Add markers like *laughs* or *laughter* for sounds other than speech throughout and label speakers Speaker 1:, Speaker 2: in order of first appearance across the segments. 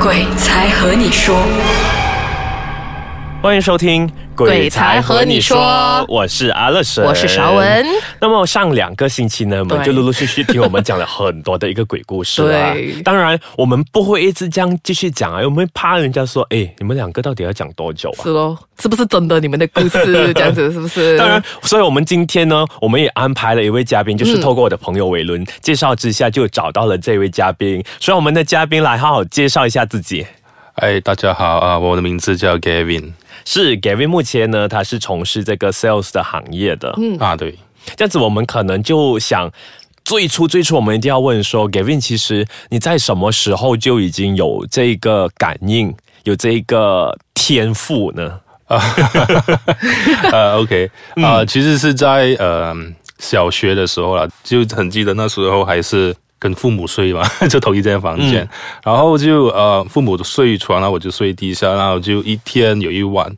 Speaker 1: 鬼才和你说。
Speaker 2: 欢迎收听《
Speaker 3: 鬼才和你说
Speaker 2: 我是阿乐神，
Speaker 3: 我是邵文。
Speaker 2: 那么上两个星期呢，我们
Speaker 3: 对
Speaker 2: 就陆陆续续听我们讲了很多的一个鬼故事啦
Speaker 3: 对。
Speaker 2: 当然，我们不会一直这样继续讲啊，我们会怕人家说，哎，你们两个到底要讲多久啊
Speaker 3: 是？喽，是不是真的？你们的故
Speaker 4: *laughs*
Speaker 3: 事这样子是不是？
Speaker 2: 当然，，所以我们今天呢，我们也安排了一位嘉宾，就是透过我的朋友伟
Speaker 3: 嗯
Speaker 2: 伦介绍之下，就找到了这位嘉宾。所以我们的嘉宾来好好介绍一下自己。
Speaker 4: 哎，大家好啊，我的名字叫 Gavin
Speaker 2: 是 Gary，目前呢，他是从事这个 sales 的行业的。
Speaker 4: 啊，对，
Speaker 2: 这样子我们可能就想。最初最初，我们一定要问说，Gavin，其实你在什么时候就已经有这个感应，有这个天赋呢？
Speaker 4: *laughs* 呃，OK 啊，其实是在呃小学的时候啦，就很记得那时候还是跟父母睡嘛， *laughs* 就同一间房间，然后就呃父母睡床，啊然后我就睡地下，然后就一天有一晚。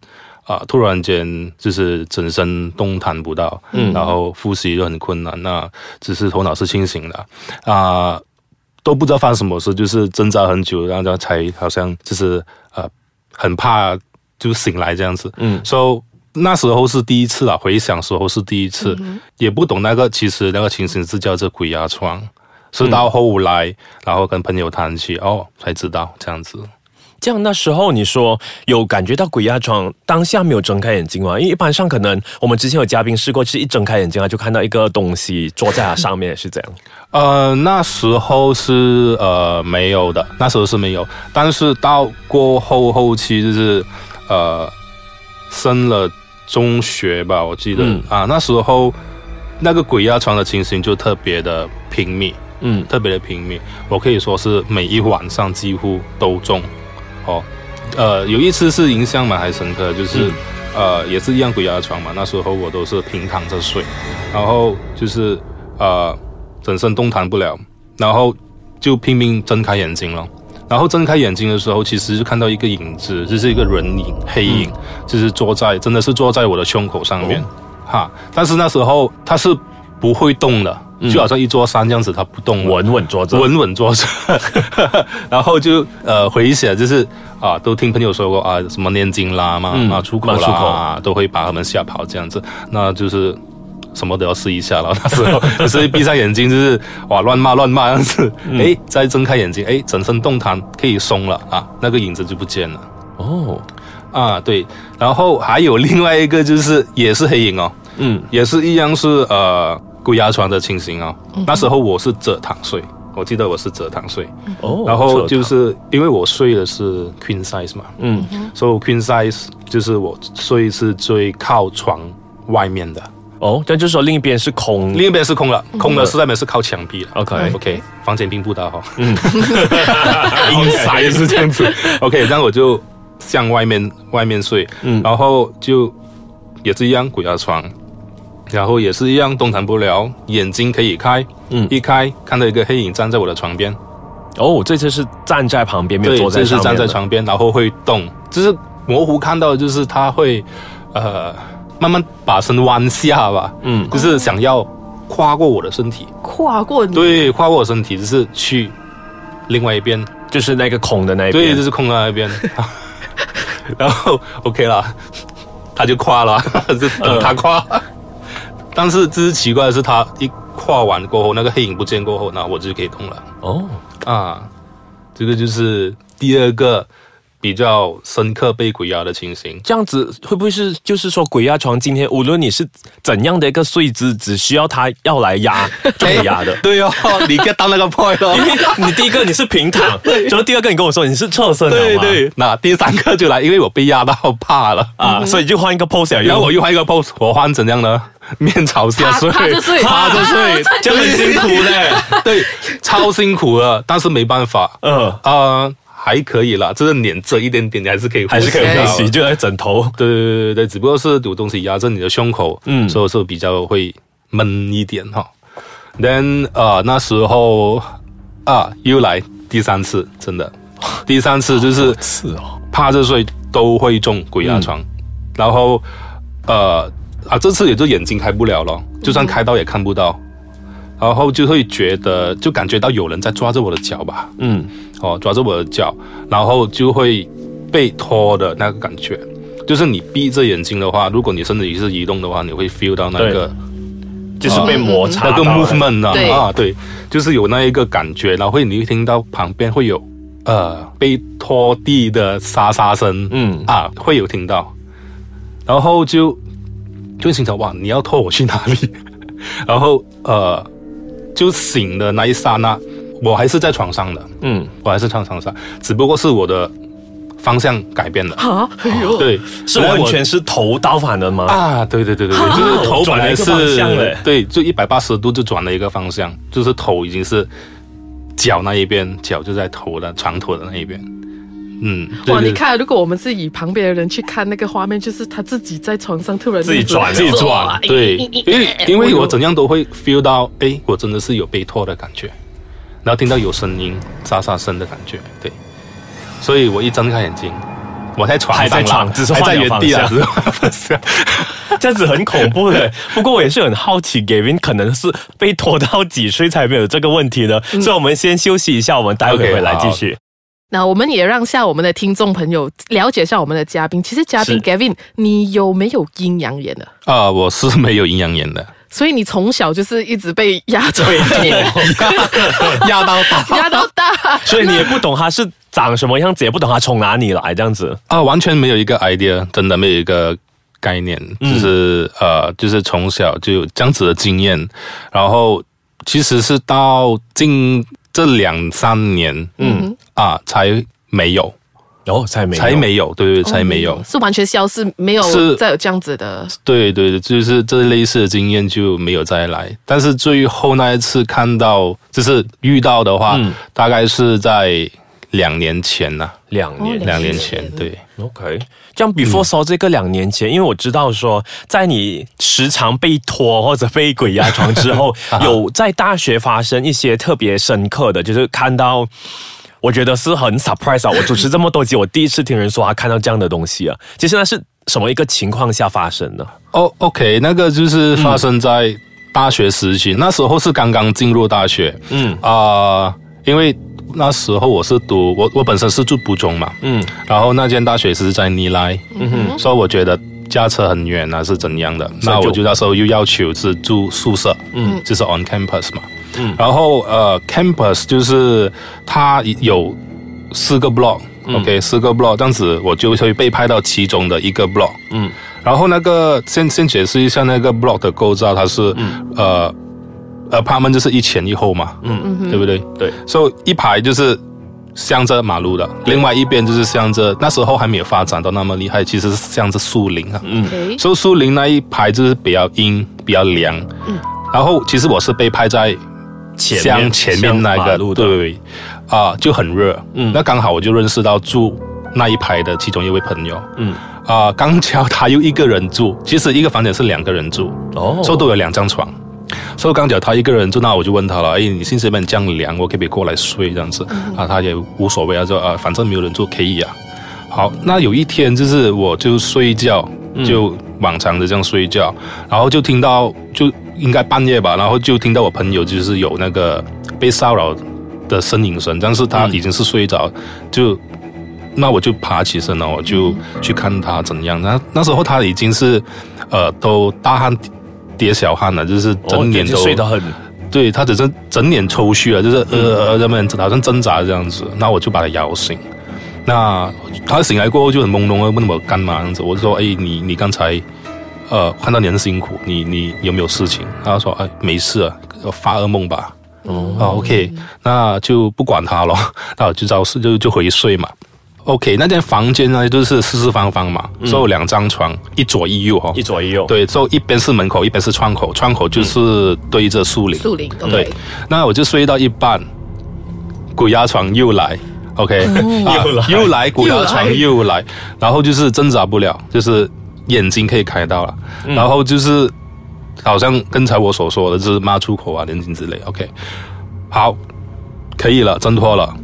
Speaker 4: 啊！突然间就是整身动弹不到，嗯，然后呼吸就很困难，那只是头脑是清醒的，啊、都不知道发生什么事，就是挣扎很久，然后才好像就是呃很怕就醒来这样子。
Speaker 2: 嗯
Speaker 4: ，so 那时候是第一次啊，回想时候是第一次，也不懂那个其实那个情形是叫做鬼压床，是到后来、然后跟朋友谈起哦才知道这样子。
Speaker 2: 这样那时候你说有感觉到鬼压床，当下没有睁开眼睛吗？因为一般上可能我们之前有嘉宾试过，是一睁开眼睛啊就看到一个东西坐在他上面，是这样。
Speaker 4: 呃，那时候是呃没有的，那时候是没有，但是到过后后期就是呃升了中学吧，我记得、
Speaker 2: 嗯
Speaker 4: 啊，那时候那个鬼压床的情形就特别的频密，
Speaker 2: 嗯，
Speaker 4: 特别的频密，我可以说是每一晚上几乎都中，哦，呃，有一次是印象蛮还深刻的，就是、
Speaker 2: 嗯
Speaker 4: 呃也是一样鬼压床嘛，那时候我都是平躺着睡，然后就是呃整身动弹不了，然后就拼命睁开眼睛了。然后睁开眼睛的时候，其实就看到一个影子，就是一个人影、黑影，就是坐在，真的是坐在我的胸口上面，哈。但是那时候它是不会动的，就好像一座山这样子，它不动了。
Speaker 2: 稳稳坐着。
Speaker 4: 稳稳坐着， *laughs* 然后就呃回想就是啊，都听朋友说过啊，什么念经啦、骂
Speaker 2: 嗯
Speaker 4: 骂出口
Speaker 2: 骂
Speaker 4: 啦，
Speaker 2: 出
Speaker 4: 都会把他们吓跑这样子，那就是。什么都要试一下 *laughs* 了，那时候就是闭上眼睛，就是 *laughs* 哇乱骂乱骂这样子，哎、再睁开眼睛，哎，整身动弹可以松了啊，那个影子就不见了
Speaker 2: 哦，
Speaker 4: 啊，对，然后还有另外一个就是 *laughs* 也是黑影哦，
Speaker 2: 嗯
Speaker 4: 也是一样是呃鬼压床的情形哦。那时候我是折躺睡，我记得我是折躺睡，
Speaker 2: 哦，
Speaker 4: 嗯然后就
Speaker 2: 侧躺
Speaker 4: 是因为我睡的是 queen size 嘛，
Speaker 2: 嗯
Speaker 4: 所以 queen size 就是我睡是最靠床外面的，
Speaker 2: 哦，但就是说另一边是空。
Speaker 4: 另一边是空了，空的是那边是靠墙壁了。
Speaker 2: 嗯
Speaker 4: 嗯
Speaker 2: OK
Speaker 4: OK，房间并不大哈， *laughs* 嗯
Speaker 2: 哦
Speaker 4: ，inside 是这样子。OK，那我就向外面外面睡，
Speaker 2: 嗯
Speaker 4: 然后就也是一样鬼压床，然后也是一样动弹不了，眼睛可以开，
Speaker 2: 嗯
Speaker 4: 一开看到一个黑影站在我的床边，
Speaker 2: 哦，这次是站在旁边，没有
Speaker 4: 对，
Speaker 2: 坐在
Speaker 4: 这
Speaker 2: 上
Speaker 4: 是
Speaker 2: 面。
Speaker 4: 站在。床边，然后会动，就是模糊看到，就是他会呃慢慢把身弯下吧，
Speaker 2: 嗯
Speaker 4: 就是想要跨过我的身体，
Speaker 3: 跨过你，
Speaker 4: 对，跨过我身体，就是去另外一边，
Speaker 2: 就是那个空的那一边。
Speaker 4: 对，就是空的那边， *laughs* 然后 OK 啦，他就跨了， *laughs* 就等他跨。
Speaker 2: 嗯
Speaker 4: 但是这是奇怪的是，他一跨完过后，那个黑影不见过后，那我就可以动了。
Speaker 2: 哦，
Speaker 4: 啊，这个就是第二个比较深刻被鬼压的情形。。
Speaker 2: 这样子会不会是就是说鬼压床？今天无论你是怎样的一个睡姿，只需要他要来压，就可以压的
Speaker 4: 对哦，你 get 到那个 point
Speaker 2: *laughs* 因
Speaker 4: 哦。
Speaker 2: 为你第一个你是平躺，然后第二个你跟我说你是侧身，
Speaker 4: 对
Speaker 2: 好吗
Speaker 4: 对，那第三个就来，因为我被压到怕了。
Speaker 2: 啊，所以就换一个 pose 了
Speaker 4: 嗯然后我又换一个 pose，我换怎样呢？ *laughs* 面朝下
Speaker 3: 趴
Speaker 4: 睡，
Speaker 3: 趴着睡
Speaker 4: 趴
Speaker 2: *laughs*
Speaker 4: 着睡，
Speaker 2: 这样很辛苦嘞。
Speaker 4: 对，超辛苦的，但是没办法，
Speaker 2: *laughs* 嗯，
Speaker 4: 呃，还可以啦，就是捻着一点点，你还是可以呼
Speaker 2: 还
Speaker 4: 吸到，
Speaker 2: 是可以呼吸，就在枕头。
Speaker 4: 对对对对对，只不过是有东西压着你的胸口，
Speaker 2: 嗯
Speaker 4: 所以是比较会闷一点哈。Then 呃那时候啊又来第三次，真的，第三次就是
Speaker 2: 是哦，
Speaker 4: 趴着睡都会中鬼压床，然后呃啊，这次也就眼睛开不了了，就算开到也看不到，然后就会觉得就感觉到有人在抓着我的脚吧，
Speaker 2: 嗯，
Speaker 4: 哦，抓着我的脚，然后就会被拖的那个感觉。就是你闭着眼睛的话，如果你身体是移动的话，你会 feel 到那个
Speaker 2: 就是被摩擦
Speaker 4: 哦那
Speaker 2: 到
Speaker 4: 个
Speaker 2: 了
Speaker 4: movement 啊
Speaker 3: 对
Speaker 4: 啊，对，就是有那一个感觉，然后会你会听到旁边会有呃被拖地的沙沙声，
Speaker 2: 嗯
Speaker 4: 啊，会有听到，然后就就会心想哇，你要拖我去哪里？ *laughs* 然后呃，就醒的那一刹那，我还是在床上的，
Speaker 2: 嗯，
Speaker 4: 我还是在床上，只不过是我的方向改变了，
Speaker 3: 啊，哎呦，
Speaker 4: 对，
Speaker 2: 哦是
Speaker 4: 本来
Speaker 2: 完
Speaker 4: 我
Speaker 2: 全是头倒反的吗？
Speaker 4: 啊，对对对对对，就是头本
Speaker 2: 转了
Speaker 4: 来
Speaker 2: 一个
Speaker 4: 是
Speaker 2: 方向嘞
Speaker 4: 对，就一百八十度就转了一个方向，就是头已经是脚那一边，脚就在头的床头的那一边。嗯，对
Speaker 3: 哇，
Speaker 4: 对
Speaker 3: 你看，如果我们是以旁边的人去看那个画面，就是他自己在床上突然
Speaker 2: 自己转
Speaker 4: 自己
Speaker 3: 哇
Speaker 4: 转，对，因为因为我怎样都会
Speaker 2: 啊
Speaker 4: feel 到，哎，我真的是有被拖的感觉，然后听到有声音沙沙声的感觉，对，所以我一睁开眼睛，我在床
Speaker 2: 还
Speaker 4: 上啦，
Speaker 2: 在床只是
Speaker 4: 还
Speaker 2: 换
Speaker 4: 在
Speaker 2: 了
Speaker 4: 原地啊，
Speaker 2: 方向
Speaker 4: 只是换了方向。
Speaker 2: *laughs* 这样子很恐怖的。不过我也是很好奇，Gavin 可能是被拖到几岁才没有这个问题呢？所以我们先休息一下，我们待会
Speaker 4: OK，
Speaker 2: 回来继
Speaker 4: 好
Speaker 2: 续。
Speaker 3: 那我们也让下我们的听众朋友了解一下我们的嘉宾。其实嘉宾
Speaker 2: 是
Speaker 3: Gavin，你有没有阴阳眼的？
Speaker 4: *laughs* 啊、我是没有阴阳眼的。
Speaker 3: 所以你从小就是一直被压着，
Speaker 4: *laughs* 压到大
Speaker 3: *laughs* 压到大。
Speaker 2: 所以你也不懂他是长什么样子，也不懂他从哪里来，这样子。
Speaker 4: 啊，完全没有一个 idea，真的没有一个概念，就是、呃，就是从小就有这样子的经验，然后其实是到近这两三年，嗯啊，才没有，
Speaker 2: 哦，才没有
Speaker 4: 才没有，哦对对，才没有，
Speaker 3: 哦是完全消失，没有
Speaker 4: 是
Speaker 3: 再有这样子的。
Speaker 4: 对对，就是这类似的经验就没有再来。但是最后那一次看到，就是遇到的话，
Speaker 2: 嗯
Speaker 4: 大概是在两年前呐、
Speaker 2: 两年
Speaker 3: 哦
Speaker 4: 两年前，对。
Speaker 2: OK，这
Speaker 4: 嗯
Speaker 2: 样 before 说这个两年前，因为我知道说，在你时常被拖或者被鬼压床之
Speaker 4: *laughs*
Speaker 2: 后，
Speaker 4: 啊
Speaker 2: 有在大学发生一些特别深刻的，就是看到。我觉得是很 surprise 啊！我主持这么多集，我第一次听人说他看到这样的东西啊。其实那是什么一个情况下发生的？
Speaker 4: 哦、o k 那个
Speaker 2: 嗯
Speaker 4: 就是发生在大学时期，那时候是刚刚进入大学，
Speaker 2: 嗯
Speaker 4: 啊、因为那时候我是读我我本身是住普中嘛，
Speaker 2: 嗯
Speaker 4: 然后那间大学是在尼来，
Speaker 2: 嗯哼，
Speaker 4: 所以我觉得驾车很远啊，是怎样的？
Speaker 2: 所以
Speaker 4: 那
Speaker 2: 就
Speaker 4: 我就那时候又要求是住宿舍，嗯，就是 on campus 嘛，
Speaker 2: 嗯
Speaker 4: 然后呃，campus 就是它有四个 block，OK，、OK，四个
Speaker 2: 嗯
Speaker 4: block，这样子我就会被派到其中的一个 block，
Speaker 2: 嗯，
Speaker 4: 然后那个先先解释一下那个 block 的构造，它是、呃，apartment 就是一前一后嘛，
Speaker 2: 嗯
Speaker 4: 对不对？
Speaker 2: 对，
Speaker 4: 所、以一排就是向着马路的，另外一边就是向着那时候还没有发展到那么厉害，其实是向着树林啊。
Speaker 2: 嗯
Speaker 3: OK，
Speaker 4: 所以树林那一排就是比较阴，比较凉。嗯，然后其实我是被派在
Speaker 2: 前面
Speaker 4: 向前面那
Speaker 2: 向马
Speaker 4: 个
Speaker 2: 路，的
Speaker 4: 对，啊、就很热。
Speaker 2: 嗯
Speaker 4: 那刚好我就认识到住那一排的其中一位朋友。
Speaker 2: 嗯，
Speaker 4: 啊、刚巧他又一个人住，其实一个房间是两个人住，
Speaker 2: 哦，
Speaker 4: 所以都有两张床。所以刚巧他一个人住，那我就问他了，哎，你薪水本这样凉，我可不可以过来睡这样子？啊，他也无所谓，他说啊，反正没有人住可以啊。好，那有一天就是我就睡觉，就往常的这样睡觉，然后就听到就应该半夜吧，然后就听到我朋友就是有那个被骚扰的呻吟声，但是他
Speaker 2: 嗯
Speaker 4: 已经是睡着，就那我就爬起身了，我就去看他怎样。那那时候他已经是，呃，都大汗叠小汗了，就是整脸
Speaker 2: 哦
Speaker 4: 都、
Speaker 2: 睡得很
Speaker 4: 对他只是整脸抽搐了，就是呃，人们好像挣扎这样子。那我就把他摇醒。那他醒来过后就很朦胧啊，问我干嘛这样子。我就说，哎，你你刚才呃看到你很辛苦，你你有没有事情？他说，哎，没事啊，发噩梦吧。
Speaker 2: 哦
Speaker 4: 哦，OK，那就不管他了，那我就找事就就回睡嘛。OK，那间房间呢就是四四方方嘛，所以有两张床，一左一右哈、哦
Speaker 2: 嗯一。左一右。
Speaker 4: 对，所以一边是门口，一边是窗口，窗口就是对着树林。
Speaker 3: 树林
Speaker 4: 对
Speaker 3: OK，
Speaker 4: 那我就睡到一半，鬼压床又来，OK，、啊
Speaker 2: 又来
Speaker 4: 又来鬼压
Speaker 3: 哦
Speaker 4: 床
Speaker 3: 又来
Speaker 4: 又来，然后就是挣扎不了，就是眼睛可以开到了，
Speaker 2: 嗯
Speaker 4: 然后就是好像刚才我所说的，就是骂出口啊、连襟之类，OK，好，可以了，挣脱了，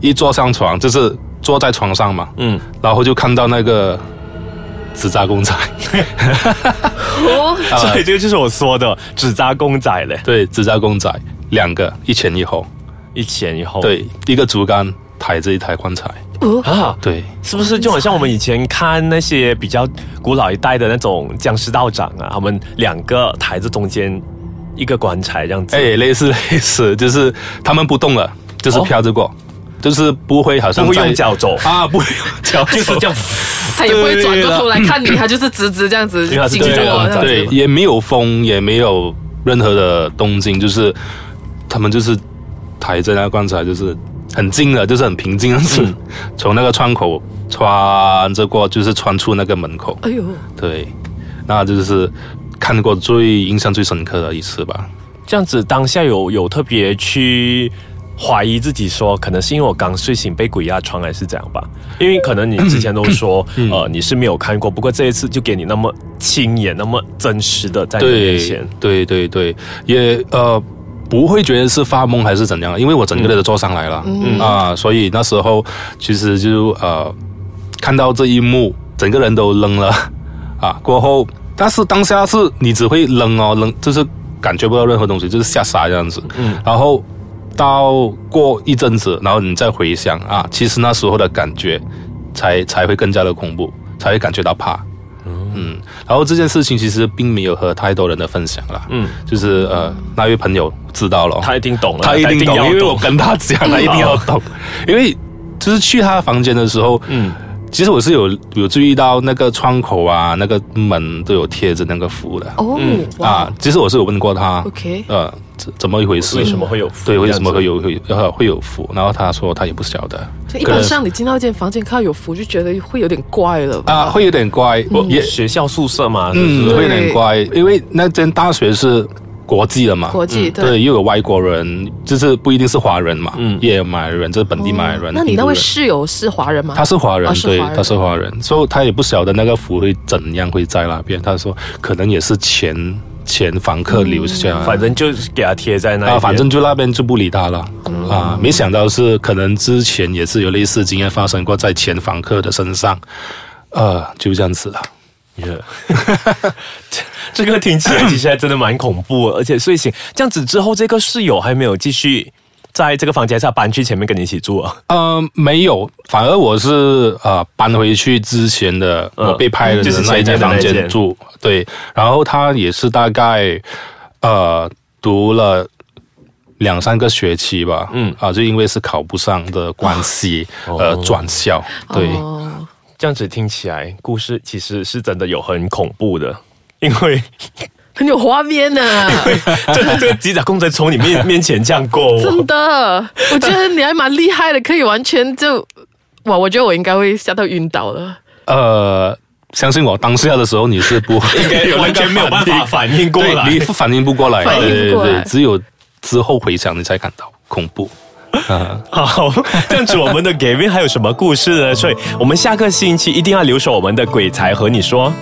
Speaker 4: 一坐上床就是坐在床上嘛，
Speaker 2: 嗯，
Speaker 4: 然后就看到那个纸
Speaker 2: *laughs*
Speaker 4: 扎公仔，
Speaker 3: 哦，
Speaker 2: 所 *laughs* 以这个就是我说的纸扎公仔嘞，
Speaker 4: 对，纸扎公仔两个，一前一后，
Speaker 2: 一前一后。
Speaker 4: 对，一个竹竿抬着一台棺材，
Speaker 2: 啊，
Speaker 4: 对，
Speaker 2: 是不是就很像我们以前看那些比较古老一代的那种僵尸道长啊？他们两个抬着中间一个棺材这样子，
Speaker 4: 哎，类似 *laughs* 类似，就是他们不动了，就是
Speaker 2: 哦
Speaker 4: 飘着过，就是不会好像
Speaker 2: 不会用
Speaker 4: 在
Speaker 2: 脚走，
Speaker 4: 啊，不会
Speaker 3: *laughs*
Speaker 4: 用脚，
Speaker 2: *laughs* 就是这样。
Speaker 3: 他也不会转过
Speaker 4: 对了
Speaker 3: 头来看你，他就是直直这样子
Speaker 2: 因为他是
Speaker 3: 经
Speaker 2: 对
Speaker 3: 过啊这
Speaker 2: 对
Speaker 3: 样子。
Speaker 4: 对，也没有风，也没有任何的动静，就是他们就是抬着那个棺材，就是很近的，就是很平静的
Speaker 3: 嗯
Speaker 4: 是、从那个窗口穿着过，就是穿出那个门口。
Speaker 3: 哎呦，
Speaker 4: 对，那就是看过最印象最深刻的一次吧。
Speaker 2: 这样子当下有有特别去怀疑自己说，可能是因为我刚睡醒被鬼压床，还是怎样吧？因为可能你之前都说，
Speaker 4: 嗯
Speaker 2: 呃，你是没有看过，不过这一次就给你那么亲眼、那么真实的在你面
Speaker 4: 对
Speaker 2: 前。，
Speaker 4: 对，对，对，也呃。不会觉得是发梦还是怎样，因为我整个人都坐上来了，嗯啊，所以那时候其实就呃看到这一幕，整个人都愣了 *laughs* 啊。过后，但是当下是你只会愣哦，愣就是感觉不到任何东西，就是吓傻这样子。嗯，然后到过一阵子，然后你再回想啊，其实那时候的感觉才才会更加的恐怖，才会感觉到怕。嗯，然后这件事情其实并没有和太多人的分享啦。嗯，就是呃，那位朋友知道了，
Speaker 2: 他一定懂了，
Speaker 4: 他一定懂，
Speaker 2: 要
Speaker 4: 因为我跟他讲，他一定要懂，因为就是去他房间的时候，
Speaker 2: 嗯
Speaker 4: 嗯，其实我是有有注意到那个窗口啊，那个门都有贴着那个符的。
Speaker 3: 哦，哇
Speaker 4: 啊，其实我是有问过他
Speaker 3: OK
Speaker 4: 呃，怎怎么一回事？
Speaker 2: 为什么会有符
Speaker 4: 对，为
Speaker 2: 这样
Speaker 4: 什么
Speaker 2: 子
Speaker 4: 会有会有会有符？然后他说他也不晓得，
Speaker 3: 就一
Speaker 4: 可
Speaker 3: 般
Speaker 4: 能
Speaker 3: 上你进到一间房间看到有符，就觉得会有点怪了吧？
Speaker 4: 啊，会有点怪，我也
Speaker 2: 学校宿舍嘛，是
Speaker 4: 嗯，
Speaker 2: 不
Speaker 4: 会
Speaker 2: 是？
Speaker 4: 有点怪，因为那间大学是国际的嘛，
Speaker 3: 国际
Speaker 4: 嗯
Speaker 3: 对
Speaker 4: 对，又有外国人，就是不一定是华人嘛，嗯，也有马来人，这是本地马来人。
Speaker 3: 哦那你那位
Speaker 4: 印度人
Speaker 3: 室友是华人吗？
Speaker 4: 他是华人，
Speaker 3: 哦是华
Speaker 4: 对
Speaker 3: 人，
Speaker 4: 他是华人，所以他也不晓得那个符会怎样会在那边。他说可能也是前前房客留下，
Speaker 3: 嗯
Speaker 2: 反正就是给他贴在那里、
Speaker 4: 啊，反正就那边就不理他了、
Speaker 3: 嗯
Speaker 4: 啊。没想到是可能之前也是有类似经验发生过在前房客的身上，呃，就这样子了。
Speaker 2: Yeah *laughs* 这这个听起来其实还真的蛮恐怖的，而且睡醒这样子之后，这个室友还没有继续在这个房间下搬去前面跟你一起住啊？
Speaker 4: 呃，没有，反而我是呃搬回去之前的、
Speaker 2: 嗯
Speaker 4: 我被拍的
Speaker 2: 就是
Speaker 4: 那一
Speaker 2: 前
Speaker 4: 间
Speaker 2: 面的那
Speaker 4: 房
Speaker 2: 间
Speaker 4: 间住，对，然后他也是大概呃读了。两三个学期吧，嗯啊，就因为是考不上的关系，
Speaker 2: 哦
Speaker 4: 呃，转校，对，
Speaker 3: 哦，
Speaker 2: 这样子听起来，故事其实是真的有很恐怖的，
Speaker 4: *laughs*
Speaker 2: 因为
Speaker 3: 很有画面啊呢、
Speaker 2: 这这个机甲公仔从你面面前这样过我
Speaker 3: 真。的，我觉得你还蛮厉害的，可以完全就，哇，我觉得我应该会吓到晕倒了。
Speaker 4: 呃，相信我，当下的时候你是不会应
Speaker 2: 该完全没有办
Speaker 4: *laughs*
Speaker 2: 法反应过来
Speaker 4: 你反应不过来，
Speaker 3: 反应不
Speaker 4: 对
Speaker 3: 过
Speaker 4: 对
Speaker 3: 来
Speaker 4: 对，只有之后回想你才感到恐怖。
Speaker 2: 好，这样子我们的 Gavin 还有什么故事呢？所以我们下个星期一定要留守我们的鬼才和你说。